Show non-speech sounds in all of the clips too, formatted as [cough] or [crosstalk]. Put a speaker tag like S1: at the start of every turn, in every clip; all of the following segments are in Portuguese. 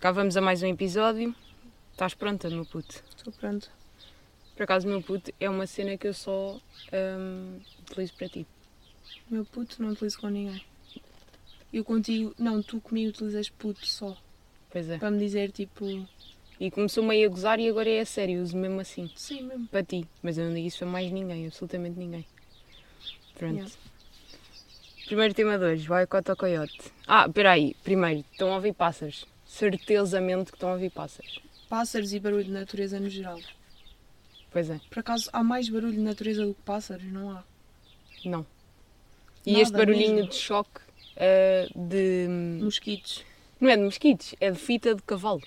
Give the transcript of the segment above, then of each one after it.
S1: Cá vamos a mais um episódio. Estás pronta, meu puto?
S2: Estou pronto.
S1: Por acaso, meu puto, é uma cena que eu só hum, utilizo para ti.
S2: Meu puto não utilizo com ninguém. Eu contigo, não, tu comigo utilizas puto só.
S1: Pois é.
S2: Para me dizer tipo.
S1: E começou meio a gozar e agora é a sério, uso mesmo assim.
S2: Sim mesmo.
S1: Para ti. Mas eu não digo isso para mais ninguém, absolutamente ninguém. Pronto.
S2: Yeah.
S1: Primeiro tema de hoje, boicote ao coiote. Ah, peraí, primeiro, estão a ouvir pássaros. Certezamente que estão a ouvir pássaros.
S2: Pássaros e barulho de natureza no geral.
S1: Pois é,
S2: Por acaso há mais barulho de natureza do que pássaros, não há?
S1: não. E
S2: Nada
S1: este barulhinho
S2: mesmo.
S1: de choque ah, de.
S2: Mosquitos.
S1: Não é de mosquitos, é de fita de cavalo.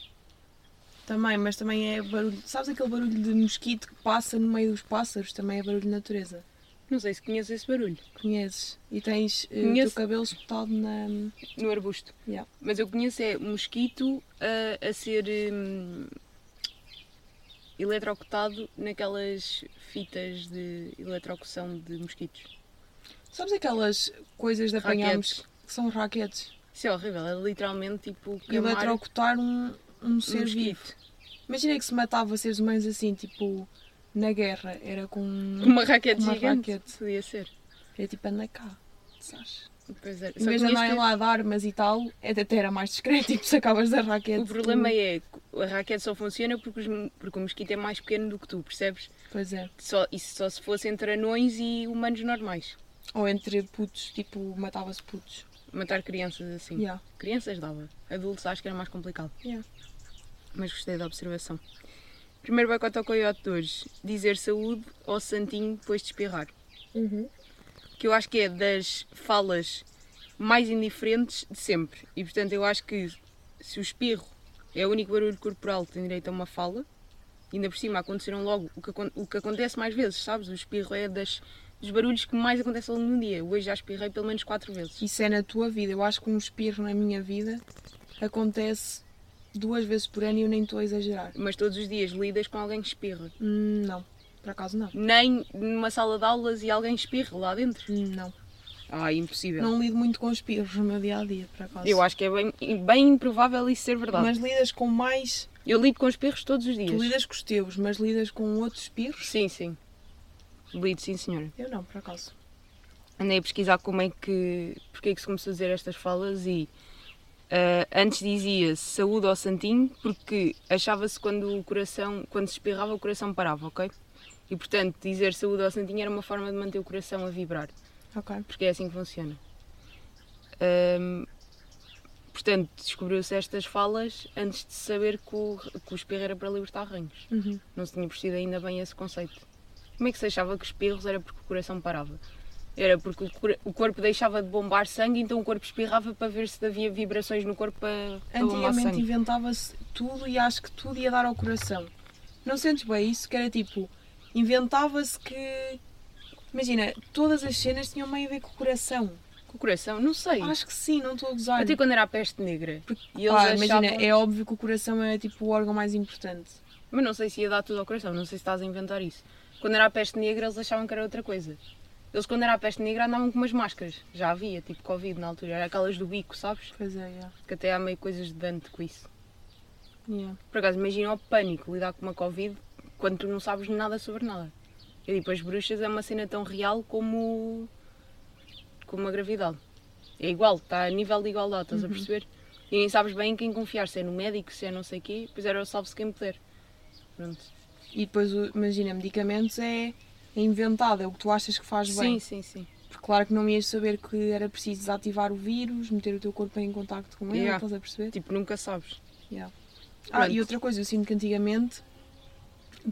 S2: Também, mas também é barulho. Sabes aquele barulho de mosquito que passa no meio dos pássaros? Também é barulho de natureza.
S1: Não sei se conheces esse barulho.
S2: Conheces? E tens eh, o teu
S1: Conheço.
S2: cabelo espetado na.
S1: No arbusto.
S2: Yeah.
S1: Mas eu conheço é mosquito ah, a ser hum, eletrocutado naquelas fitas de eletrocução de mosquitos.
S2: Sabes aquelas coisas de apanhar
S1: Raquetes.
S2: mosqu- que são raquetes?
S1: Isso é horrível, é literalmente tipo
S2: e
S1: queimar
S2: eletrocutar um, um
S1: um
S2: ser vivo.
S1: mosquito.
S2: Imagina que se matava seres humanos assim, tipo, na guerra. Era com.
S1: Uma raquete
S2: Uma
S1: gigante.
S2: raquete.
S1: Podia ser.
S2: Era tipo, anda cá. sabes?
S1: Pois é.
S2: Em
S1: Só
S2: vez
S1: que
S2: de andarem
S1: neste-
S2: lá a dar armas e tal, é até era mais discreto, [laughs] tipo, sacavas da raquete.
S1: O problema é que a raquete só funciona porque, os mo- porque o mosquito é mais pequeno do que tu, percebes?
S2: Pois é.
S1: Só, isso só se fosse entre anões e humanos normais.
S2: Ou entre putos, tipo, matava-se putos.
S1: Matar crianças assim.
S2: Yeah.
S1: Crianças dava. Adultos acho que era mais complicado.
S2: Yeah.
S1: Mas gostei da observação. Primeiro boicote ao coiote de hoje. Dizer saúde ao santinho depois de espirrar. Que eu acho que é das falas mais indiferentes de sempre. E portanto eu acho que se o espirro é o único barulho corporal que tem direito a uma fala, ainda por cima aconteceram logo o que, acon- o que acontece mais vezes, sabes? O espirro é das, dos barulhos que mais acontece ao longo do dia. Hoje já espirrei pelo menos quatro vezes.
S2: Isso é na tua vida. Eu acho que um espirro na minha vida acontece duas vezes por ano e eu nem estou a exagerar.
S1: Mas todos os dias lidas com alguém que espirra.
S2: Hum, Não. Por acaso, não.
S1: Nem numa sala de aulas e alguém espirra lá dentro.
S2: Hum, Não.
S1: Ah, impossível.
S2: Não lido muito com espirros no meu dia a dia, por acaso.
S1: Eu acho que é bem, bem improvável isso ser verdade.
S2: Mas lidas com mais.
S1: Eu lido com espirros todos os dias.
S2: Tu lidas com os teus, mas lidas com outros espirros?
S1: Sim, sim. Lido, sim, senhora.
S2: Eu não, por acaso.
S1: Andei a pesquisar como é que. porque é que se começou a dizer estas falas e. ah, antes dizia-se saúde ao santinho porque achava-se quando o coração. quando se espirrava o coração parava, ok? E portanto, dizer saúde ao santinho era uma forma de manter o coração a vibrar.
S2: Ok.
S1: porque é assim que funciona. Ahm, portanto, descobriu-se estas falas antes de saber que o, que o espirro era para libertar ranhos.
S2: Uhum.
S1: Não se tinha percebido ainda bem esse conceito. Como é que se achava que os espirros era porque o coração parava? Era porque o, cor- o corpo deixava de bombar sangue, então o corpo espirrava para ver se havia vibrações no corpo para, para bombar
S2: Antigamente
S1: sangue.
S2: inventava-se tudo e acho que tudo ia dar ao coração. Não sentes bem isso? Que era tipo. Inventava-se que. Imagina, todas as cenas tinham meio a ver com o coração.
S1: Com o coração? Não sei.
S2: Acho que sim, não estou a gozar.
S1: Até quando era a peste negra.
S2: Porque,
S1: E eles
S2: pá, imagina,
S1: achavam-
S2: é óbvio que o coração é tipo o órgão mais importante.
S1: Mas não sei se ia dar tudo ao coração, não sei se estás a inventar isso. Quando era a peste negra, eles achavam que era outra coisa. Eles, quando era a peste negra, andavam com umas máscaras. Já havia, tipo Covid na altura. Era aquelas do bico, sabes?
S2: Pois é, yeah.
S1: Que até há meio coisas de Dante com isso.
S2: Yeah.
S1: Por acaso, imagina o pânico lidar com uma Covid quando tu não sabes nada sobre nada. E tipo, as bruxas é uma cena tão real como. como a gravidade. É igual, está a nível de igualdade, estás
S2: Uhum.
S1: a perceber? E nem sabes bem em quem confiar, se é no médico, se é não sei o quê. Pois era o salve-se quem puder. Pronto.
S2: E depois, o- imagina, medicamentos é, é inventado, é o que tu achas que faz bem.
S1: Sim, sim, sim.
S2: Porque claro que não ias saber que era preciso desativar o vírus, meter o teu corpo em contacto com ele,
S1: Yeah.
S2: estás a perceber?
S1: Tipo, nunca sabes.
S2: Ah,
S1: pronto.
S2: e outra coisa, eu sinto que antigamente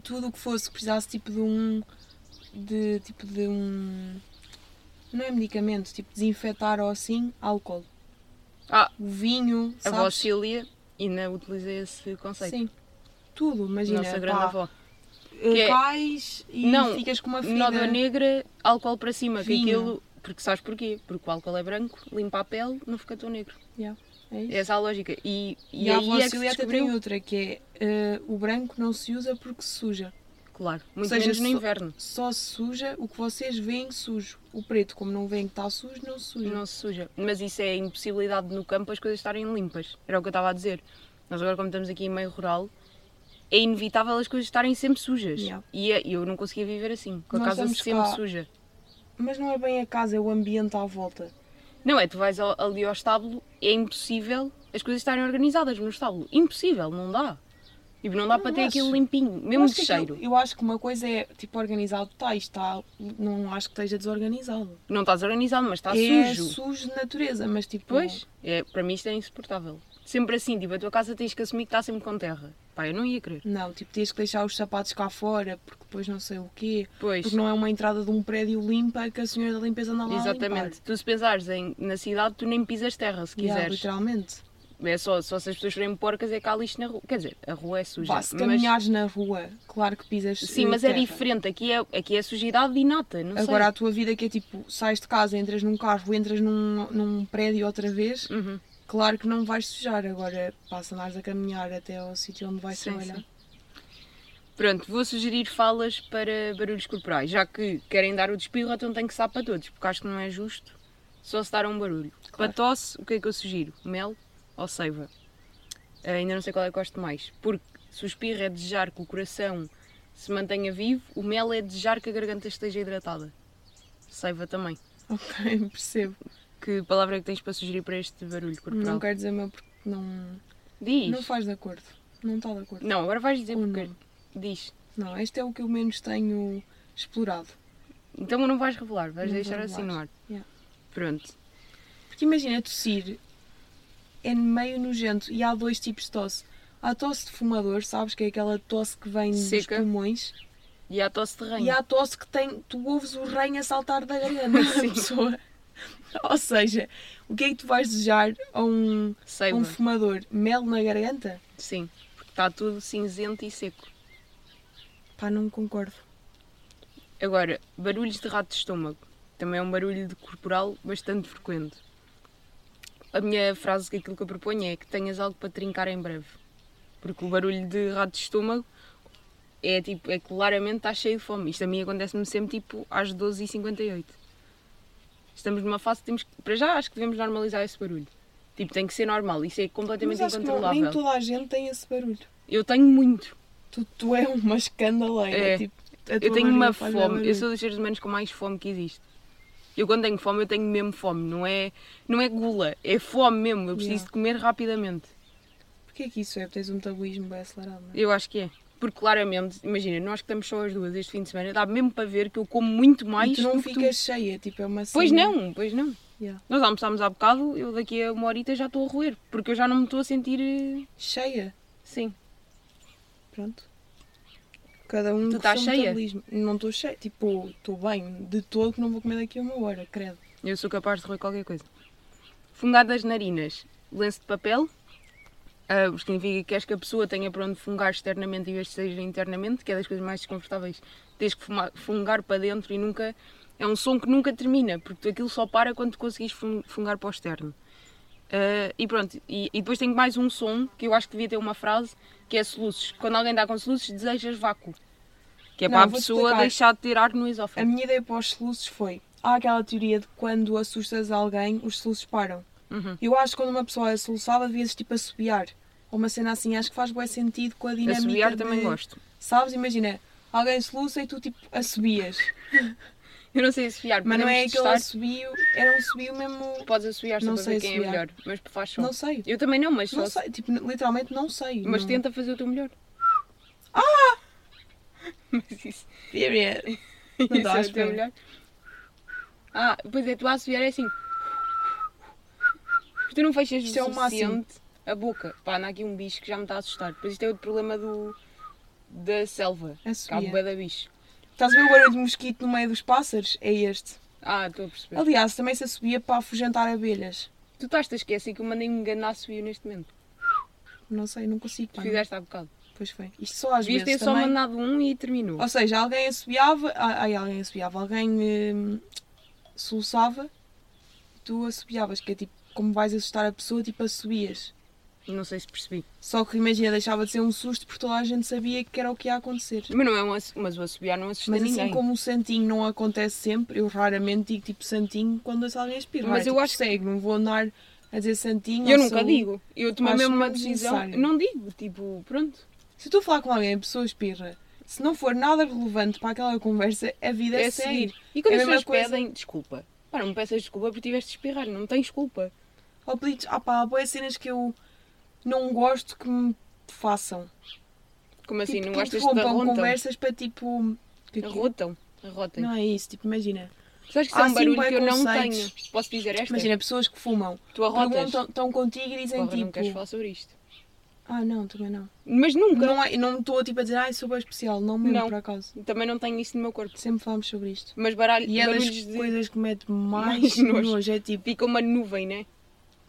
S2: tudo o que fosse que precisasse tipo de um de tipo de um não é medicamento, tipo desinfetar ou assim, álcool.
S1: Ah,
S2: O vinho,
S1: A
S2: sabes?
S1: avó Cília ainda utiliza esse conceito.
S2: Sim. Tudo, imagina,
S1: Nossa grande
S2: pá, eh,
S1: avó. Que é-
S2: cais e
S1: Não,
S2: ficas com uma ferida.
S1: Nódoa negra, álcool para cima, que
S2: Vinho.
S1: aquilo. Porque sabes porquê? Porque o álcool é branco, limpa a pele, não fica tão negro.
S2: É isso.
S1: Essa é a lógica. E,
S2: E,
S1: e,
S2: a
S1: aí
S2: avó
S1: é que se
S2: Cília até tem
S1: descobriu.
S2: outra, que é eh, o branco não se usa porque se suja.
S1: Claro, muito
S2: um- seja,
S1: menos no
S2: só-
S1: inverno.
S2: Só se suja o que vocês veem sujo. O preto, como não veem que está sujo, não se suja.
S1: Não se suja. Mas isso é a impossibilidade no campo as coisas estarem limpas. Era o que eu estava a dizer. Nós agora, como estamos aqui em meio rural, é inevitável as coisas estarem sempre sujas.
S2: Yeah.
S1: E é- eu não conseguia viver assim, com a
S2: Nós
S1: casa
S2: estamos
S1: sempre
S2: cá.
S1: suja.
S2: Mas não é bem a casa, é o ambiente à volta.
S1: Não é, tu vais ao- ali ao estábulo, é impossível as coisas estarem organizadas no estábulo. Impossível, não dá. Tipo, não dá
S2: Não
S1: para ter
S2: acho.
S1: aquilo limpinho,
S2: Eu
S1: mesmo
S2: acho
S1: de
S2: que aquilo-
S1: cheiro.
S2: eu acho que uma coisa é, tipo, organizado está, isto está, não acho que esteja desorganizado.
S1: Não estás organizado, mas está
S2: é
S1: Tá sujo.
S2: sujo de natureza, mas tipo...
S1: Pois, é, para mim isto é insuportável. Sempre assim, tipo, a tua casa tens que assumir que está sempre com terra. Pá, eu não ia querer.
S2: Não, tipo, tens que deixar os sapatos cá fora, porque depois não sei o quê.
S1: Pois,
S2: Porque não é uma entrada de um prédio limpa que a senhora da limpeza não lá a
S1: exatamente.
S2: limpar.
S1: Tu se pensares em, na cidade, tu nem pisas terra, se
S2: Yeah,
S1: quiseres.
S2: literalmente.
S1: É só, só se as pessoas forem porcas é que há lixo na rua. Quer dizer, a rua é suja.
S2: Vá, se
S1: mas-
S2: caminhares na rua, claro que pisas
S1: Sim,
S2: eh,
S1: mas é
S2: terra.
S1: diferente. Aqui é, aqui é sujidade inata, não
S2: Agora a tua vida que é tipo, sais de casa, entras num carro, entras num, num prédio outra vez,
S1: sei. Uhum.
S2: claro que não vais sujar. Agora, passa andares a caminhar até ao sítio onde vais
S1: Sim,
S2: trabalhar.
S1: sim. Pronto, vou sugerir falas para barulhos corporais. Já que querem dar o despirro, então tem que estar para todos, porque acho que não é justo só se dar um barulho. Para
S2: Claro.
S1: tosse, o que é que eu sugiro? Mel ou seiva? Eh, Ainda não sei qual é que gosto mais. Porque se o espirro é desejar que o coração se mantenha vivo, o mel é desejar que a garganta esteja hidratada. Seiva também.
S2: [laughs] Ok, percebo.
S1: Que palavra é que tens para sugerir para este barulho corporal?
S2: Não quero dizer meu porque não,
S1: Diz.
S2: não faz de acordo. Não está de acordo.
S1: Não, agora vais dizer
S2: Ou
S1: porque. Diz.
S2: Não, este é o que eu menos tenho explorado.
S1: Então não vais revelar, vais
S2: Não vou
S1: deixar assim no
S2: revelar.
S1: ar.
S2: Yeah.
S1: Pronto.
S2: Porque imagina, tossir é meio nojento e há dois tipos de tosse. Há a tosse de fumador, sabes? Que é aquela tosse que vem
S1: Seca.
S2: dos pulmões.
S1: E há tosse de ranho.
S2: E há a tosse que tem, tu ouves o rei a saltar da garganta da pessoa. Ou seja, o que é que tu vais desejar a um, a
S1: Seiva.
S2: um fumador? Mel na garganta?
S1: Sim. Porque está tudo cinzento e seco.
S2: Pá, não concordo.
S1: Agora, barulhos de rato de estômago. Também é um barulho de corporal bastante frequente. A minha frase, que aquilo que eu proponho é que tenhas algo para trincar em breve. Porque o barulho de rato de estômago é tipo, é claramente está cheio de fome. Isto a mim acontece-me sempre tipo às 12h58. Estamos numa fase que temos que, para já, acho que devemos normalizar esse barulho. Tipo, tem que ser normal, isso é completamente
S2: Mas acho que não-
S1: incontrolável.
S2: nem toda a gente tem esse barulho.
S1: Eu tenho muito.
S2: Tu, tu é uma escandaleira.
S1: É.
S2: tipo, a
S1: Eu
S2: tua
S1: tenho uma
S2: barriga faz bué
S1: fome. Eu
S2: barulho.
S1: sou dos seres humanos com mais fome que existe. Eu quando tenho fome, eu tenho mesmo fome. Não é, não é gula, é fome mesmo. Eu preciso
S2: Yeah.
S1: de comer rapidamente.
S2: Porquê que isso é? Porque tens um metabolismo bem acelerado, não é?
S1: Eu acho que é. Porque claramente, imagina, nós que estamos só as duas este fim de semana, dá mesmo para ver que eu como muito mais
S2: e tu não
S1: do que tu.
S2: ficas cheia, tipo, é uma
S1: Pois
S2: cena-
S1: não, pois não.
S2: Yeah.
S1: Nós almoçámos há bocado, eu daqui a uma horita já estou a roer. Porque eu já não me estou a sentir... eh,
S2: Cheia,
S1: Sim.
S2: pronto. Cada um
S1: Tu
S2: com o
S1: estás
S2: seu
S1: cheia?
S2: metabolismo. Não estou cheia, tipo, estou bem, de todo que não vou comer daqui a uma hora, credo.
S1: Eu sou capaz de roer qualquer coisa. Fungar das narinas. Lenço de papel. ah, o que significa que queres que a pessoa tenha para onde fungar externamente em vez de seja internamente, que é das coisas mais desconfortáveis. Tens que fuma- fungar para dentro e nunca. É um som que nunca termina, porque tu- aquilo só para quando tu conseguis fun- fungar para o externo. Ah, e pronto, e, e depois tenho mais um som que eu acho que devia ter uma frase que é soluços. Quando alguém dá com soluços, desejas vácuo. Que é
S2: Não,
S1: para a
S2: vou-te
S1: pessoa
S2: explicar.
S1: deixar de ter ar no
S2: A
S1: esófago.
S2: minha ideia para os soluços foi, há aquela teoria de quando assustas alguém, os soluços param.
S1: Uhum.
S2: Eu acho que quando uma pessoa é soluçada, devias, tipo, assobiar. Ou uma cena assim, acho que faz bom sentido com a dinâmica
S1: Assobiar
S2: de-
S1: também gosto.
S2: Sabes, imagina, alguém soluça e tu, tipo, assobias.
S1: [laughs] Eu não sei assobiar,
S2: Mas não é
S1: podemos
S2: aquele
S1: testar?
S2: assobio, era um assobio mesmo...
S1: Podes assobiar só
S2: Não
S1: para ver
S2: sei
S1: quem é
S2: assobiar.
S1: melhor, mas faz som.
S2: Não sei.
S1: Eu também não, mas,
S2: Não
S1: só-
S2: sei, tipo, literalmente não sei.
S1: mas
S2: não... [laughs]
S1: tenta fazer o teu melhor. Ah! [laughs] Mas isso,
S2: Period.
S1: isso
S2: dá,
S1: é o
S2: espera.
S1: teu melhor. Ah, pois é, tu a assobiar é assim. Porque tu não fechas
S2: Isto é
S1: o
S2: o máximo.
S1: suficiente a boca. Pá, anda aqui um bicho que já me está a assustar. Depois isto é outro problema do, da selva. Cabo
S2: Assobia.
S1: bué da bicho.
S2: Estás a ver o barulho de mosquito no meio dos pássaros? É este.
S1: Ah, estou a perceber.
S2: Aliás, também se assobia para afugentar abelhas.
S1: Tu estás a esquecer que eu mandei um grande assobio neste momento.
S2: Não sei, não consigo.
S1: Que
S2: pá.
S1: fizeste há bocado.
S2: Pois foi. Isto só às
S1: Devias ter
S2: vezes
S1: só
S2: também.
S1: mandado um e terminou.
S2: Ou seja, alguém assobiava... ah, Ai, alguém assobiava. Alguém hum, soluçava. Tu assobiavas, que é tipo, como vais assustar a pessoa, tipo, assobias.
S1: Não sei se percebi.
S2: Só que imagina, deixava de ser um susto porque toda a gente sabia que era o que ia acontecer.
S1: Mas, não é um, ass- mas o assobiar não assusta
S2: Mas
S1: ninguém.
S2: assim como o santinho não acontece sempre, eu raramente digo tipo santinho quando ouço alguém espirra.
S1: Mas eu
S2: tipo,
S1: acho que-
S2: segue, não vou andar a dizer santinho.
S1: eu
S2: ou
S1: nunca
S2: saúde.
S1: digo. Eu tomei
S2: Acho
S1: mesmo uma
S2: muito
S1: decisão.
S2: necessário.
S1: Não digo, tipo, pronto.
S2: Se eu estou a falar com alguém, a pessoa espirra. Se não for nada relevante para aquela conversa, a vida
S1: É
S2: é,
S1: a
S2: seguir.
S1: seguir. E quando
S2: É a
S1: as
S2: mesma
S1: pessoas
S2: coisa.
S1: pedem desculpa. Pá, não me peças desculpa porque tiveste de espirrar. Não tens culpa.
S2: Ou pedidos, ah pá, há bué cenas que eu não gosto que me façam.
S1: Como assim?
S2: tipo,
S1: não
S2: que
S1: gostas de
S2: interrompam
S1: arrotam?
S2: conversas para tipo. que aquilo-
S1: Arrotam. Arrotem.
S2: Não é isso, tipo, imagina.
S1: Sabes que
S2: Há
S1: isso é um
S2: sim
S1: barulho
S2: bué
S1: que eu não tenho.
S2: conceitos.
S1: Posso dizer esta?
S2: Imagina pessoas que fumam,
S1: tu arrotas.
S2: perguntam, estão contigo e dizem
S1: Porra, não queres
S2: tipo.
S1: falar sobre isto.
S2: Ah, não, também não.
S1: Mas nunca.
S2: Não é- não estou tipo a dizer, ai, sou bem especial, não mesmo
S1: Não.
S2: por acaso.
S1: Também não tenho isso no meu corpo.
S2: Sempre falamos sobre isto.
S1: Mas baralho,
S2: E é das
S1: barulhos de...
S2: coisas que mete mais,
S1: mais nojo.
S2: nojo. É tipo,
S1: Fica uma nuvem, né?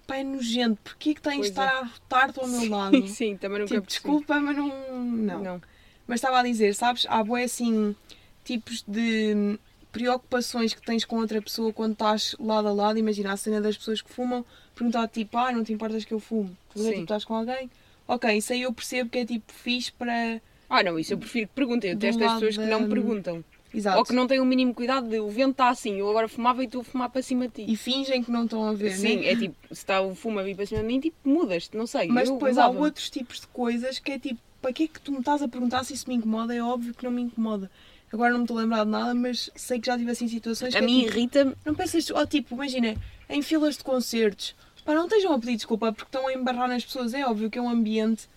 S2: pá, é nojento, porquê que tens
S1: Pois
S2: de estar
S1: é.
S2: a arrotar-te ao meu lado?
S1: Sim, sim, também [laughs] nunca
S2: Tipo,
S1: percebi.
S2: desculpa, mas não, não.
S1: Não.
S2: Mas estava a dizer, sabes, há bué assim, tipos de preocupações que tens com outra pessoa quando estás lado a lado. Imagina a cena das pessoas que fumam, perguntar tipo, ah, não te importas que eu fumo? Estás a ver?
S1: Sim.
S2: Tipo, estás com alguém? Ok, isso aí eu percebo que é tipo fixe para.
S1: Ah, não, isso eu prefiro que perguntem. Eu
S2: Do
S1: testo as pessoas
S2: um lado
S1: que não
S2: da-
S1: perguntam.
S2: Exato.
S1: Ou que não têm o mínimo cuidado de o vento está assim, eu agora fumava e estou a fumar para cima de ti.
S2: E fingem que não estão a ver,
S1: Sim,
S2: né?
S1: é tipo, se está o fumo a vir para cima de mim, tipo, mudas-te, não sei.
S2: Mas
S1: eu
S2: depois há
S1: mudava-me.
S2: outros tipos de coisas que é tipo, para que é que tu me estás a perguntar se isso me incomoda? É óbvio que não me incomoda. Agora não me estou a lembrar de nada, mas sei que já tive assim situações
S1: A
S2: que é,
S1: mim
S2: tipo,
S1: irrita-me.
S2: não pensas, ó tipo, imagina, em filas de concertos, pá, não estejam a pedir desculpa porque estão a embarrar nas pessoas, é óbvio que é um ambiente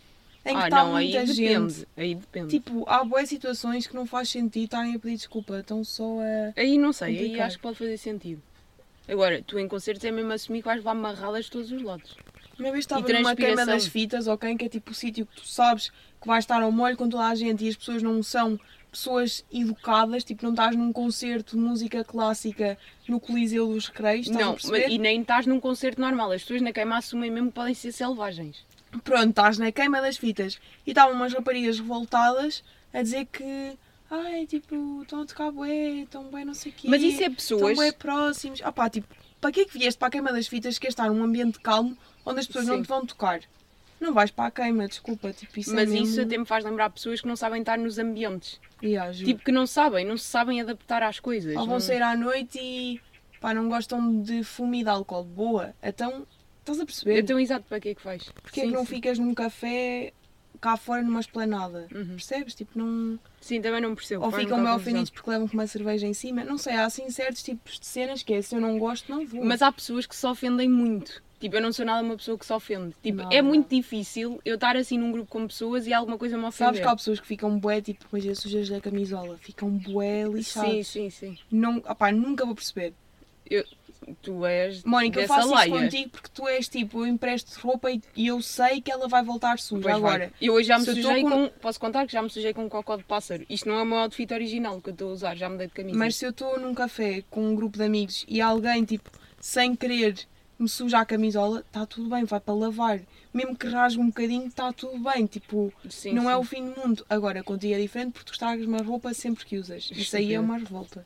S2: em que
S1: Ah,
S2: está
S1: não, aí
S2: muita
S1: depende.
S2: gente.
S1: Aí depende.
S2: Tipo, há boas situações que não faz sentido estarem a pedir desculpa, estão só a.
S1: aí não sei, aí
S2: complicado.
S1: acho que pode fazer sentido. Agora, tu em concertos é mesmo assumir que vais levar amarradas de todos os lados.
S2: Uma vez estava numa queima
S1: transpiração.
S2: das fitas, ok? Que é tipo o sítio que tu sabes que vais estar ao molho com toda a gente e as pessoas não são pessoas educadas, tipo, não estás num concerto de música clássica no Coliseu dos Recreios, estás a
S1: não,
S2: perceber?
S1: mas- e nem estás num concerto normal. As pessoas na queima assumem mesmo que podem ser selvagens.
S2: pronto, estás na queima das fitas e estavam umas raparigas revoltadas a dizer que ai, tipo, estão a tocar bué, estão bué não sei o quê.
S1: Mas isso é
S2: Estão
S1: pessoas.
S2: bué próximos. Ah pá, tipo, para que é que vieste para a queima das fitas queres estar num ambiente calmo onde as pessoas não
S1: Sim.
S2: te vão tocar? Não vais para a queima, desculpa, tipo, isso é
S1: Mas
S2: mesmo...
S1: isso até me faz lembrar pessoas que não sabem estar nos ambientes.
S2: Yeah, juro.
S1: Tipo, que não sabem, não se sabem adaptar às coisas.
S2: Ou vão
S1: não- é?
S2: sair à noite e pá, não gostam de fumo e de álcool. Boa, então estás a perceber?
S1: Então, exato, para que é que faz?
S2: Porquê é
S1: Sim,
S2: que não
S1: sim.
S2: ficas num café cá fora numa esplanada?
S1: Uhum.
S2: Percebes? Tipo, não.
S1: Sim, também não percebo.
S2: Ou
S1: faz-me
S2: ficam bem
S1: confusão.
S2: ofendidos porque levam com uma cerveja em cima. Não sei, há assim certos tipos de cenas que é se eu não gosto, não vou.
S1: Mas há pessoas que se ofendem muito. Tipo, eu não sou nada uma pessoa que se ofende. Tipo,
S2: Não,
S1: é
S2: não.
S1: muito difícil eu estar assim num grupo com pessoas e alguma coisa me ofender.
S2: Sabes que há pessoas que ficam bué, tipo, imagina sujas da camisola, ficam bué lixados.
S1: Sim, sim, sim.
S2: Não, opá, nunca vou perceber.
S1: Tu és
S2: Mónica, eu
S1: dessa
S2: faço
S1: laia.
S2: isso contigo porque tu és tipo, eu empresto roupa e e eu sei que ela vai voltar suja
S1: Pois vai.
S2: agora.
S1: Eu hoje já me
S2: se eu tô
S1: sujei com...
S2: com-
S1: Posso contar que já me sujei com um cocó de pássaro. Isto não é o meu outfit original que eu estou a usar, já mudei de camisa.
S2: Mas se eu estou num café com um grupo de amigos e alguém, tipo, sem querer me suja a camisola, está tudo bem, vai para lavar. Mesmo que rasgue um bocadinho, está tudo bem. Tipo,
S1: Sim,
S2: não é
S1: sim.
S2: o fim do mundo. Agora, contigo é diferente porque tu estragas uma roupa sempre que usas. Isso aí é uma revolta.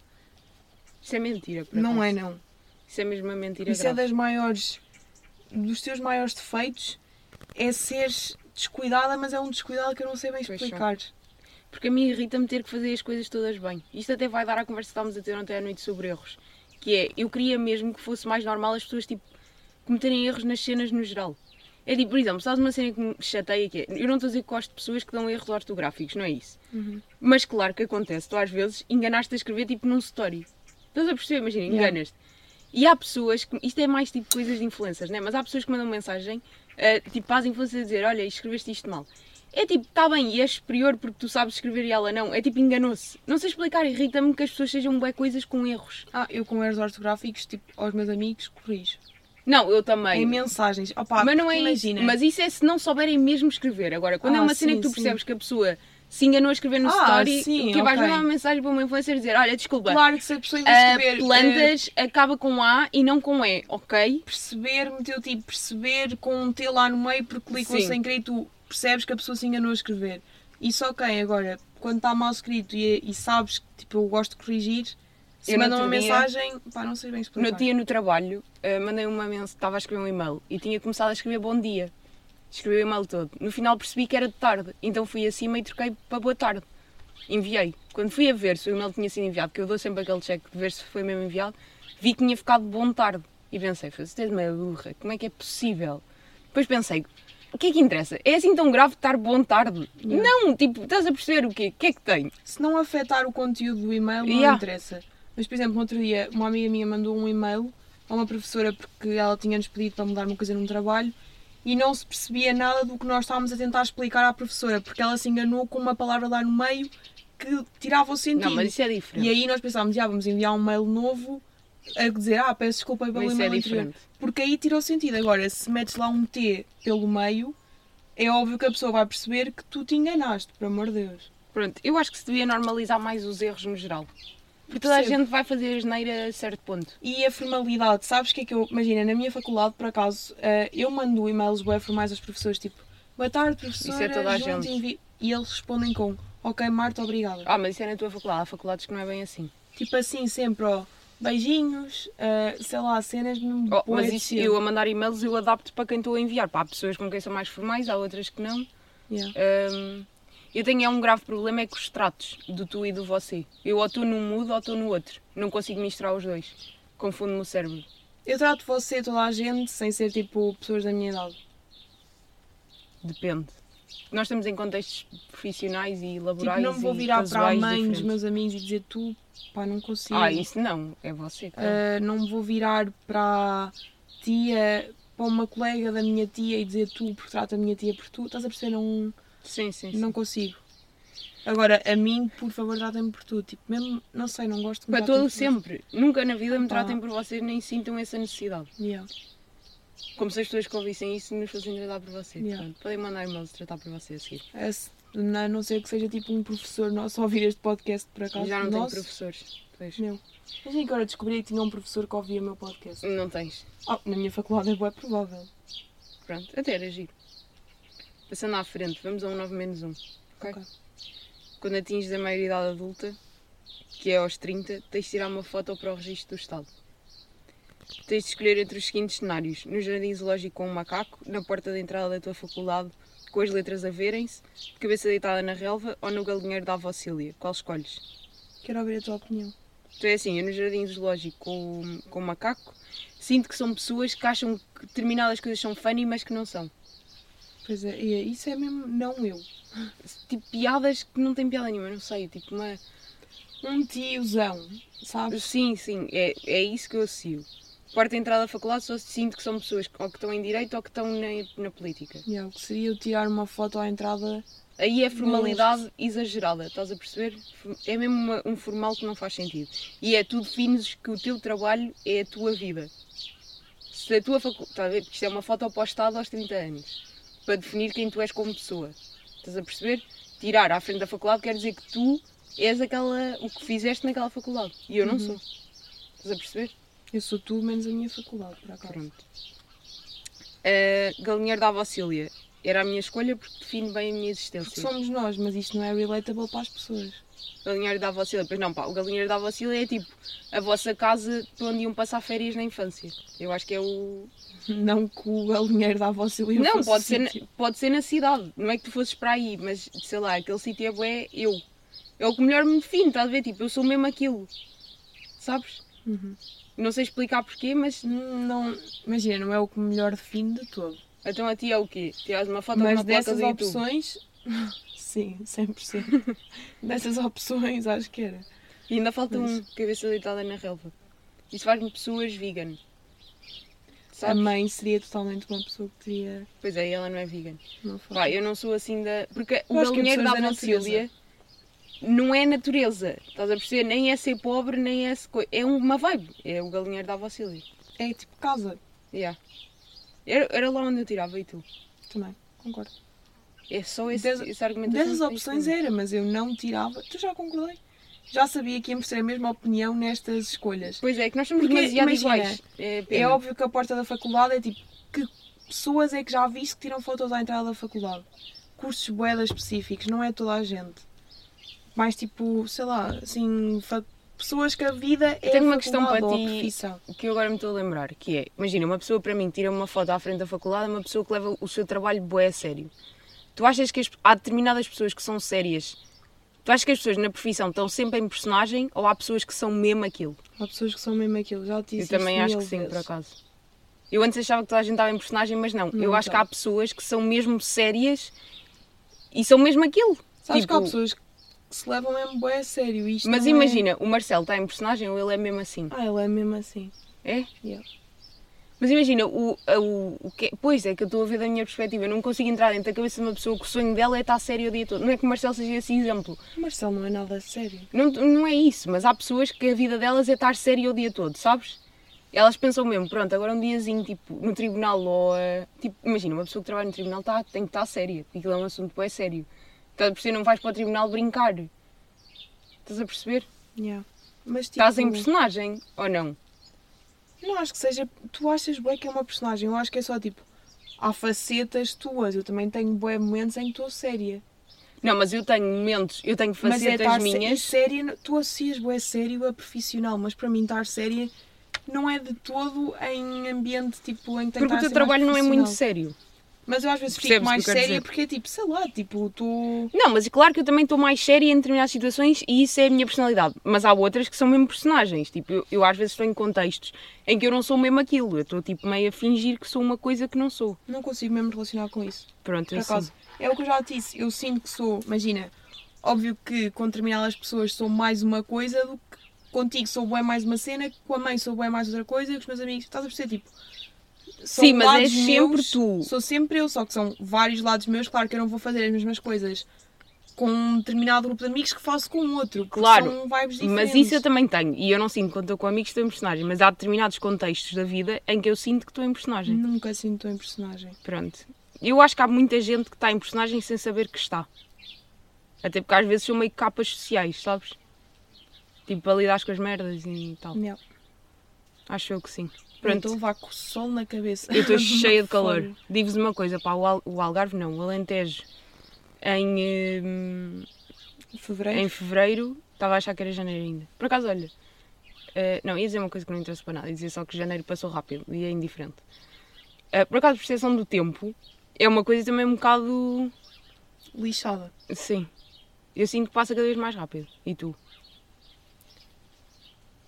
S1: Isso é mentira, por
S2: Não é,
S1: acaso.
S2: não.
S1: Isso é mesmo uma mentira
S2: Isso é
S1: grave.
S2: das maiores. dos teus maiores defeitos é seres descuidada, mas é um descuidado que eu não sei bem
S1: Pois
S2: explicar.
S1: Porque a mim irrita-me ter que fazer as coisas todas bem. Isto até vai dar à conversa que estávamos a ter ontem à noite sobre erros. Que é, eu queria mesmo que fosse mais normal as pessoas, tipo, cometerem erros nas cenas no geral. É tipo, por exemplo, sabes uma cena que me chateia que é, eu não estou a dizer que gosto de pessoas que dão erros ortográficos, não é isso? Mas claro que acontece, tu às vezes enganaste a escrever tipo num story. Estás a perceber? Imagina,
S2: Yeah.
S1: enganas-te. E há pessoas que. Isto é mais tipo coisas de influencers, né? Mas há pessoas que mandam mensagem eh, tipo para as influencers a dizer: Olha, escreveste isto mal. É tipo, está bem, e é superior porque tu sabes escrever e ela não. É tipo, enganou-se. Não sei explicar, irrita-me que as pessoas sejam bué coisas com erros.
S2: Ah, eu com erros ortográficos, tipo, aos meus amigos, corrijo.
S1: Não, eu
S2: Em
S1: também.
S2: mensagens. Opa,
S1: mas não
S2: porque
S1: é
S2: imagina.
S1: isso. Mas isso é se não souberem mesmo escrever. Agora, quando é
S2: Ah,
S1: uma cena
S2: sim,
S1: que tu
S2: sim.
S1: percebes que a pessoa se enganou a escrever no
S2: Ah,
S1: story,
S2: sim,
S1: que vais
S2: ok.
S1: mandar uma mensagem para uma influencer e dizer: Olha, desculpa,
S2: Claro que se a pessoa em vez de
S1: ah,
S2: escrever, eh,
S1: plantas acaba com A e não com E, ok?
S2: perceber, meteu tipo perceber com um T lá no meio porque clicou
S1: Sim.
S2: sem querer e tu percebes que a pessoa se enganou a escrever. Isso ok, agora, quando está mal escrito e, e sabes que tipo, eu gosto de corrigir, se
S1: Eu no
S2: mandam uma
S1: outro dia-
S2: mensagem, pá, não sei bem
S1: No
S2: explicar.
S1: outro dia no trabalho, eh, mandei uma mensagem, estava a escrever um e-mail e tinha começado a escrever bom dia. Escrevi o e-mail todo. No final percebi que era de tarde, então fui acima e troquei para boa tarde. Enviei. Quando fui a ver se o e-mail tinha sido enviado, que eu dou sempre aquele check de ver se foi mesmo enviado, vi que tinha ficado bom tarde. E pensei, foda-se, tens uma burra, como é que é possível? Depois pensei, o que é que interessa? É assim tão grave estar bom tarde? Não, tipo, estás a perceber o quê? O que é que tem?
S2: Se não afetar o conteúdo do e-mail, não
S1: Yeah.
S2: interessa. Mas, por exemplo, no outro dia, uma amiga minha mandou um e-mail a uma professora porque ela tinha-nos pedido para mudar uma coisa num trabalho e não se percebia nada do que nós estávamos a tentar explicar à professora porque ela se enganou com uma palavra lá no meio que tirava o sentido.
S1: Não, mas isso é diferente.
S2: E aí nós pensámos, já vamos enviar um mail novo a dizer, ah, peço desculpa pelo
S1: Mas isso é
S2: e-mail anterior.
S1: diferente.
S2: Porque aí tirou sentido. Agora, se metes lá um T pelo meio, é óbvio que a pessoa vai perceber que tu te enganaste, por amor de Deus.
S1: Pronto, eu acho que se devia normalizar mais os erros no geral. Porque toda a
S2: Percebo.
S1: gente vai fazer a asneira a certo ponto.
S2: E a formalidade, sabes o que é que eu. Imagina, na minha faculdade, por acaso, eh, eu mando e-mails web formais aos professores, tipo, boa tarde, professora,
S1: é toda a
S2: junto
S1: gente.
S2: envi-" E eles respondem com, ok, Marta, obrigada.
S1: Ah, mas isso é na tua faculdade. Há faculdades que não é bem assim.
S2: Tipo assim, sempre, ó, beijinhos, eh, sei lá, cenas mesmo.
S1: Oh,
S2: bué
S1: mas
S2: de
S1: isso,
S2: cedo.
S1: eu a mandar e-mails eu adapto para quem estou a enviar. Pá, há pessoas com quem são mais formais, há outras que não.
S2: Yeah.
S1: Hum, eu tenho é um grave problema é com os tratos, do tu e do você. Eu ou estou num mudo ou estou no outro. Não consigo misturar os dois. Confundo-me o cérebro.
S2: Eu trato você, toda a gente, sem ser tipo pessoas da minha idade.
S1: Depende. Nós estamos em contextos profissionais e
S2: Tipo,
S1: laborais.
S2: não me vou
S1: e
S2: virar para a
S1: casuais
S2: mãe
S1: diferentes.
S2: dos meus amigos e dizer tu, pá, não consigo.
S1: Ah, isso não. É você. claro.
S2: Ah, não me vou virar para a tia, para uma colega da minha tia e dizer tu, porque trato a minha tia por tu. Estás a perceber? Não,
S1: sim, sim. sim.
S2: não consigo. Agora, a mim, por favor, tratem-me por tu. Tipo, mesmo, não sei, não gosto de me
S1: Para
S2: tratem
S1: todo
S2: por tu.
S1: sempre. Nunca na vida me
S2: Pá.
S1: tratem por vocês nem sintam essa necessidade.
S2: Yeah.
S1: Como se as pessoas que ouvissem isso nos fossem tratar por vocês.
S2: Yeah.
S1: Portanto, podem mandar e-mails tratar por vocês a seguir.
S2: É, se- A não ser que seja tipo um professor nosso a ouvir este podcast, por acaso.
S1: Já não tenho
S2: nosso.
S1: professores. Pois.
S2: Não. Mas e agora descobri que tinha um professor que ouvia o meu podcast.
S1: Não tens.
S2: Oh, na minha faculdade é bué provável.
S1: Pronto, até era giro. Passando à frente, vamos a um 9 menos 1.
S2: Ok.
S1: Quando atinges a maioridade adulta, que é aos 30, tens de tirar uma foto para o registro do Estado. Tens de escolher entre os seguintes cenários: no jardim zoológico com um macaco, na porta de entrada da tua faculdade, com as letras a verem-se, de cabeça deitada na relva ou no galinheiro da avó Cília. Qual escolhes?
S2: Quero ouvir a tua opinião.
S1: Então é assim, eu no jardim zoológico com, o- com o macaco, sinto que são pessoas que acham que determinadas coisas são funny, mas que não são.
S2: Pois é, e é, isso é mesmo não eu.
S1: tipo piadas que não têm piada nenhuma, não sei, tipo uma...
S2: Um tiozão, sabes?
S1: Sim, sim, é, é isso que eu associo. Porta de entrada da faculdade só sinto que são pessoas que- ou que estão em direito ou que estão na, na política.
S2: E é o que seria eu tirar uma foto à entrada.
S1: Aí é formalidade exagerada, estás a perceber? É mesmo uma- um formal que não faz sentido. E é tu defines que o teu trabalho é a tua vida. Se a tua faculdade. Estás a ver? Isto é uma foto apostada aos 30 anos. Para definir quem tu és como pessoa. Estás a perceber? Tirar à frente da faculdade quer dizer que tu és aquela. o que fizeste naquela faculdade. E eu não sou. Estás a perceber?
S2: Eu sou tu menos a minha faculdade, por acaso.
S1: Pronto. Uh, Galinheiro da Avocília. Era a minha escolha porque define bem a minha existência.
S2: Porque somos nós, mas isto não é relatable para as pessoas. [laughs]
S1: galinheiro da Avocília. Pois não, pá, o galinheiro da Avocília é tipo a vossa casa para onde iam passar férias na infância. Eu acho que é o.
S2: Não que o galinheiro da vossa ilha
S1: não,
S2: fosse
S1: pode
S2: o
S1: ser, na,
S2: sítio.
S1: pode ser na cidade. Não é que tu fosses para aí, mas sei lá, aquele sítio é bué, eu. É o que melhor me define, estás a ver? Tipo, eu sou mesmo aquilo. Sabes?
S2: Uhum.
S1: Não sei explicar porquê, mas.
S2: Não, imagina, não é o que melhor define de todo.
S1: Então a ti é o quê? Tiras uma foto
S2: Mas
S1: com uma placa
S2: dessas
S1: do YouTube.
S2: opções. [laughs] Sim, [laughs] 100%. dessas opções, acho que era.
S1: E ainda falta
S2: Mas-
S1: um, cabeça deitada na relva. Isso faz-me pessoas vegan.
S2: A
S1: Sabes?
S2: mãe seria totalmente uma pessoa que teria.
S1: Pois é, ela não é vegan.
S2: Uma foto.
S1: Pá, eu não sou assim da. Porque o
S2: Eu acho que é
S1: galinheiro da
S2: pessoas da
S1: Avancília não é natureza. Estás a perceber? Nem é ser pobre, nem é ser coi- É uma vibe. É o galinheiro da Avancília.
S2: É tipo casa,
S1: Yeah. Era, era lá onde eu tirava e tu.
S2: também, concordo.
S1: É só esse,
S2: Dez-
S1: essa argumentação.
S2: Dessas
S1: que tens
S2: opções é
S1: comigo.
S2: era, mas eu não tirava. Tu já concordei? Já sabia que íamos ter a mesma opinião nestas escolhas.
S1: Pois é, que nós somos
S2: Porque,
S1: demasiado
S2: imagina,
S1: iguais. É,
S2: É
S1: pena.
S2: óbvio que a porta da faculdade é tipo, que pessoas é que já viste que tiram fotos à entrada da faculdade? Cursos boedas específicos, não é toda a gente. Mais tipo, sei lá, assim, fa- pessoas que a vida é
S1: Tenho
S2: a
S1: uma questão
S2: faculdade
S1: para
S2: ou a
S1: ti.
S2: profissão.
S1: O que eu agora me estou a lembrar, que é, imagina, uma pessoa para mim tira uma foto à frente da faculdade, é uma pessoa que leva o seu trabalho bué a sério. Tu achas que as- há determinadas pessoas que são sérias Tu achas que as pessoas na profissão estão sempre em personagem ou há pessoas que são mesmo aquilo?
S2: Há pessoas que são mesmo aquilo, já te
S1: Eu
S2: disse
S1: também
S2: isto
S1: acho que
S2: mil
S1: sim, por
S2: vezes.
S1: acaso. Eu antes achava que toda a gente estava em personagem, mas não.
S2: Não
S1: eu acho que
S2: tá.
S1: há pessoas que são mesmo sérias e são mesmo aquilo.
S2: Sabes que há
S1: Tipo,
S2: pessoas que se levam mesmo bem a sério isto.
S1: Mas
S2: não é-
S1: imagina, o Marcelo está em personagem ou ele é mesmo assim?
S2: Ah, ela é mesmo assim.
S1: É?
S2: Yeah.
S1: Mas imagina, o, a- o, o que, pois é que eu estou a ver da minha perspectiva, eu não consigo entrar dentro da cabeça de uma pessoa que o sonho dela é estar séria o dia todo. Não é que o Marcelo seja esse exemplo,
S2: O Marcelo não é nada sério.
S1: não, não é isso, mas há pessoas que a vida delas é estar séria o dia todo, sabes? Elas pensam mesmo, pronto, agora um diazinho, tipo, no tribunal ou. eh, tipo, imagina, uma pessoa que trabalha no tribunal tá, tem que estar séria, porque aquilo é um assunto bem sério. Então, por si não vais para o tribunal brincar. Estás a perceber?
S2: Yeah. Mas tipo.
S1: Estás em personagem ou não?
S2: Não acho que seja. Tu achas bem que é uma personagem. Eu acho que é só tipo. Há facetas tuas. Eu também tenho bué momentos em que estou séria.
S1: Não, mas eu tenho momentos, eu tenho
S2: Mas é
S1: facetas
S2: estar sé-
S1: minhas.
S2: séria. Tu associas bué sério a profissional, mas para mim estar séria não é de todo em ambiente tipo em que tem
S1: Porque
S2: que
S1: o
S2: estar
S1: teu
S2: a ser mais
S1: trabalho não é muito
S2: profissional.
S1: sério.
S2: Mas eu às vezes
S1: Percebes o
S2: fico
S1: que
S2: mais
S1: eu quero
S2: séria
S1: dizer?
S2: porque é tipo, sei lá, tipo, tu.
S1: Não, mas é claro que eu também estou mais séria em determinadas situações e isso é a minha personalidade. Mas há outras que são mesmo personagens. Tipo, eu, eu às vezes estou em contextos em que eu não sou mesmo aquilo. Eu estou tipo meio a fingir que sou uma coisa que não sou.
S2: Não consigo mesmo relacionar com isso.
S1: Pronto,
S2: Por
S1: eu
S2: acaso,
S1: sou.
S2: é o que eu já te disse. Eu sinto que sou, imagina, óbvio que com determinadas pessoas sou mais uma coisa do que contigo sou bem mais uma cena, com a mãe sou bem mais outra coisa, com os meus amigos, estás a perceber? Tipo, são
S1: Sim, mas é
S2: lados
S1: sempre
S2: meus,
S1: tu.
S2: Sou sempre eu, só que são vários lados meus. Claro que eu não vou fazer as mesmas coisas com um determinado grupo de amigos que faço com outro. porque
S1: Claro,
S2: são vibes diferentes.
S1: assim. Mas isso eu também tenho. E eu não sinto quando estou com amigos que estou em personagem. Mas há determinados contextos da vida em que eu sinto que estou em personagem.
S2: Nunca sinto em personagem.
S1: Pronto. Eu acho que há muita gente que está em personagem sem saber que está. Até porque às vezes são meio capas sociais, sabes? Tipo, para lidar com as merdas e tal.
S2: Não.
S1: Acho eu que sim.
S2: Então
S1: Pronto,
S2: vá com o sol na cabeça.
S1: eu
S2: [laughs]
S1: estou cheia de calor.
S2: Fora.
S1: Digo-vos uma coisa, pá, o, Al- o Algarve não, o Alentejo, em, hum,
S2: Fevereiro.
S1: em fevereiro, estava a achar que era janeiro ainda. Por acaso, olha, eh, não, ia dizer uma coisa que não interessa para nada, ia dizer só que janeiro passou rápido e é indiferente. Eh, por acaso, a percepção do tempo é uma coisa também um bocado.
S2: Lixada.
S1: Sim. Eu sinto que passa cada vez mais rápido. E tu?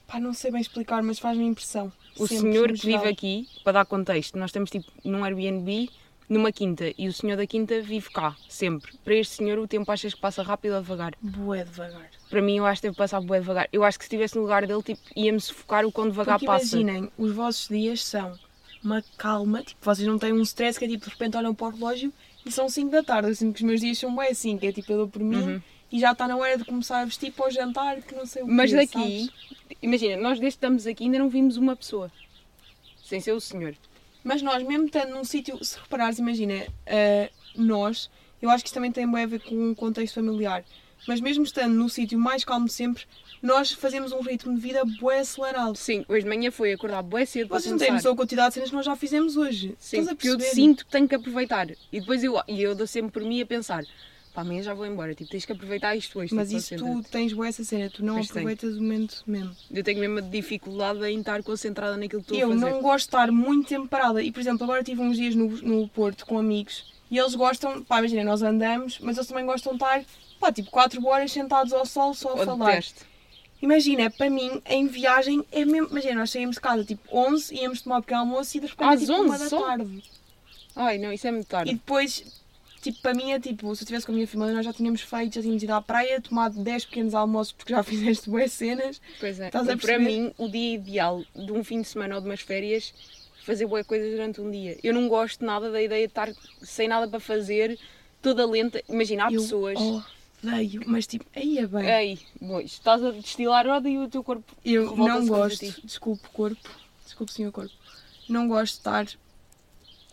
S2: Pá, não sei bem explicar, mas faz-me impressão.
S1: O
S2: Sempre,
S1: senhor
S2: no
S1: que vive
S2: geral.
S1: aqui, para dar contexto, nós estamos tipo num Airbnb, numa quinta, e o senhor da quinta vive cá, sempre. Para este senhor o tempo achas que passa rápido ou devagar?
S2: Bué devagar.
S1: Para mim eu acho que deve passar bué devagar. Eu acho que se estivesse no lugar dele, tipo, ia-me sufocar o quão devagar
S2: Porque
S1: passa.
S2: imaginem, os vossos dias são uma calma, tipo, vocês não têm um stress que é tipo, de repente olham para o relógio e são 5 da tarde. Eu sinto que os meus dias são bem assim, que é tipo, eu dou por mim
S1: Uhum.
S2: e já está na hora de começar a vestir para o jantar, que não sei o que.
S1: Mas daqui, imagina, nós desde que estamos aqui ainda não vimos uma pessoa. Sem ser o senhor.
S2: Mas nós, mesmo estando num sítio, se reparares, imagina, ah, nós, eu acho que isto também tem bem a ver com o contexto familiar, mas mesmo estando num sítio mais calmo de sempre, nós fazemos um ritmo de vida bué acelerado.
S1: Sim, hoje de manhã foi acordar bué cedo para
S2: Vocês não têm
S1: começar.
S2: noção da quantidade de cenas que nós já fizemos hoje.
S1: Sim,
S2: Estás a
S1: porque eu
S2: perceber?
S1: sinto que tenho que aproveitar. E depois eu, e eu dou sempre por mim a pensar: pá, amanhã já vou embora. Tipo, tens que aproveitar isto hoje.
S2: Mas
S1: tipo,
S2: isso tu
S1: concentra-te.
S2: tens bué essa cena, tu não
S1: Pois tenho.
S2: aproveitas o momento mesmo.
S1: Eu tenho mesmo a dificuldade em estar concentrada naquilo que estou
S2: Eu
S1: a fazer.
S2: não gosto de estar muito tempo parada. E, por exemplo, agora tive uns dias no, no Porto com amigos e eles gostam, pá, imagina, nós andamos, mas eles também gostam de estar, pá, tipo 4 horas sentados ao sol só a
S1: Ou
S2: falar.
S1: detesto.
S2: Imagina, para mim, em viagem é mesmo. Imagina, nós saímos de casa tipo 11, íamos tomar um pequeno almoço e de repente
S1: Às
S2: é, tipo 1
S1: 11
S2: da
S1: só?
S2: tarde.
S1: Ai, não, isso é muito
S2: E
S1: tarde.
S2: depois, tipo, para mim é tipo, se eu estivesse com a minha família, nós já tínhamos feito, já tínhamos ido à praia, tomado 10 pequenos almoços porque já [laughs] fizeste boas cenas.
S1: Pois é.
S2: Estás a
S1: E para
S2: perceber?
S1: mim, o dia ideal de um fim de semana ou de umas férias fazer boas coisas durante um dia. Eu não gosto nada da ideia de estar sem nada para fazer, toda lenta. Imagina, há
S2: eu
S1: pessoas.
S2: Odeio, mas tipo, aí é bem.
S1: Ei, boi, estás a destilar ódio e o teu corpo.
S2: Eu não
S1: revolta-se contra ti.
S2: gosto, desculpe o corpo, desculpe senhor corpo, não gosto de estar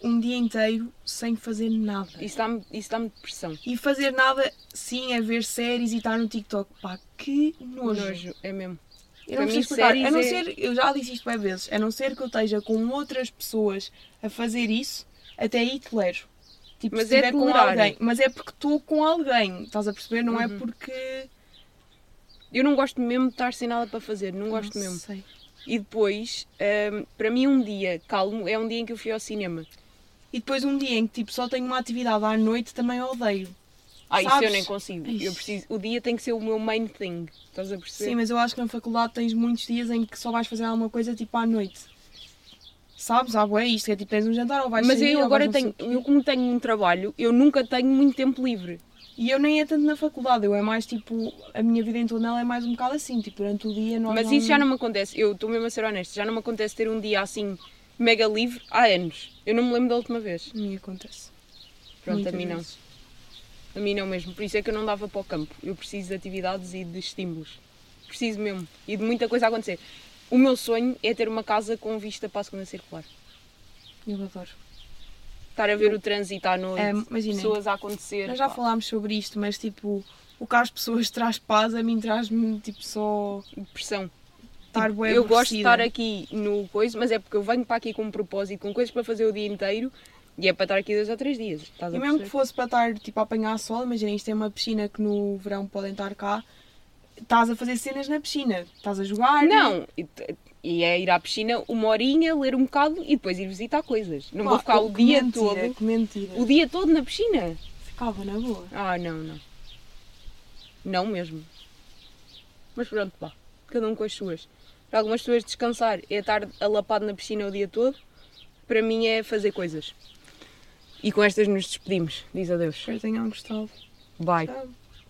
S2: um dia inteiro sem fazer nada.
S1: Isso dá-me isso dá-me depressão.
S2: E fazer nada, sim, é ver séries e estar no TikTok. Pá, que nojo.
S1: Nojo, é mesmo.
S2: Eu não
S1: Para mim,
S2: sei explicar. A não
S1: séries é-
S2: ser, eu já disse isto bem vezes, a não ser que eu esteja com outras pessoas a fazer isso, até aí tolero. Tipo,
S1: Mas
S2: se
S1: é
S2: estiver com
S1: tolerar. Uhum.
S2: alguém. Mas é porque estou com alguém, estás a perceber? Não é porque.
S1: Eu não gosto mesmo de estar sem nada para fazer, não gosto
S2: não
S1: mesmo.
S2: Sei.
S1: E depois, hum, para mim, um dia calmo é um dia em que eu fui ao cinema.
S2: E depois um dia em que tipo, só tenho uma atividade à noite também odeio.
S1: Ah, isso
S2: Sabes?
S1: eu nem consigo. Eu preciso, o dia tem que ser o meu main thing. Estás a perceber?
S2: Sim, mas eu acho que na faculdade tens muitos dias em que só vais fazer alguma coisa tipo à noite. Sabes? Ah, bué, isto é tipo tens um jantar ou vais
S1: Mas
S2: sair,
S1: eu
S2: ou
S1: agora
S2: vais não sei
S1: tenho, eu como tenho um trabalho, eu nunca tenho muito tempo livre.
S2: E eu nem é tanto na faculdade, eu é mais tipo, a minha vida em torno ela é mais um bocado assim, tipo, durante o dia nós
S1: Mas isso já não me acontece, eu estou mesmo a ser honesta, já não me acontece ter um dia assim mega livre há anos. Eu não me lembro da última vez.
S2: me acontece.
S1: Pronto,
S2: Muitas
S1: a mim
S2: vezes.
S1: não. A mim não mesmo. Por isso é que eu não dava para o campo. Eu preciso de atividades e de estímulos. Preciso mesmo. E de muita coisa a acontecer. O meu sonho é ter uma casa com vista para a segunda circular.
S2: Eu adoro.
S1: Estar a ver o trânsito à noite,
S2: É, imaginem.
S1: pessoas a acontecer.
S2: Nós já
S1: pá.
S2: falámos sobre isto, mas tipo, o que às pessoas [laughs] traz paz, a mim traz-me tipo só
S1: Pressão.
S2: estar bué
S1: Tipo, eu gosto de
S2: aborrecida.
S1: estar aqui no coisa, mas é porque eu venho para aqui com um propósito, com coisas para fazer o dia inteiro e é para estar aqui dois ou três dias. Estás a
S2: E mesmo que
S1: perceber?
S2: fosse para estar tipo a apanhar sol, imagina, isto é uma piscina que no verão podem estar cá, estás a fazer cenas na piscina, estás a jogar.
S1: Não, e, e é ir à piscina uma horinha, ler um bocado e depois ir visitar coisas. Não vou
S2: Pá,
S1: ficar o
S2: que
S1: dia
S2: mentira,
S1: todo.
S2: Que mentira.
S1: O dia todo na piscina?
S2: Ficava na boa.
S1: Ah, não, não. Não mesmo. Mas pronto, pá. Cada um com as suas. Para algumas pessoas descansar é estar alapado na piscina o dia todo. Para mim é fazer coisas. E com estas nos despedimos. Diz adeus.
S2: Espero que tenham gostado.
S1: Bye.
S2: Tchau.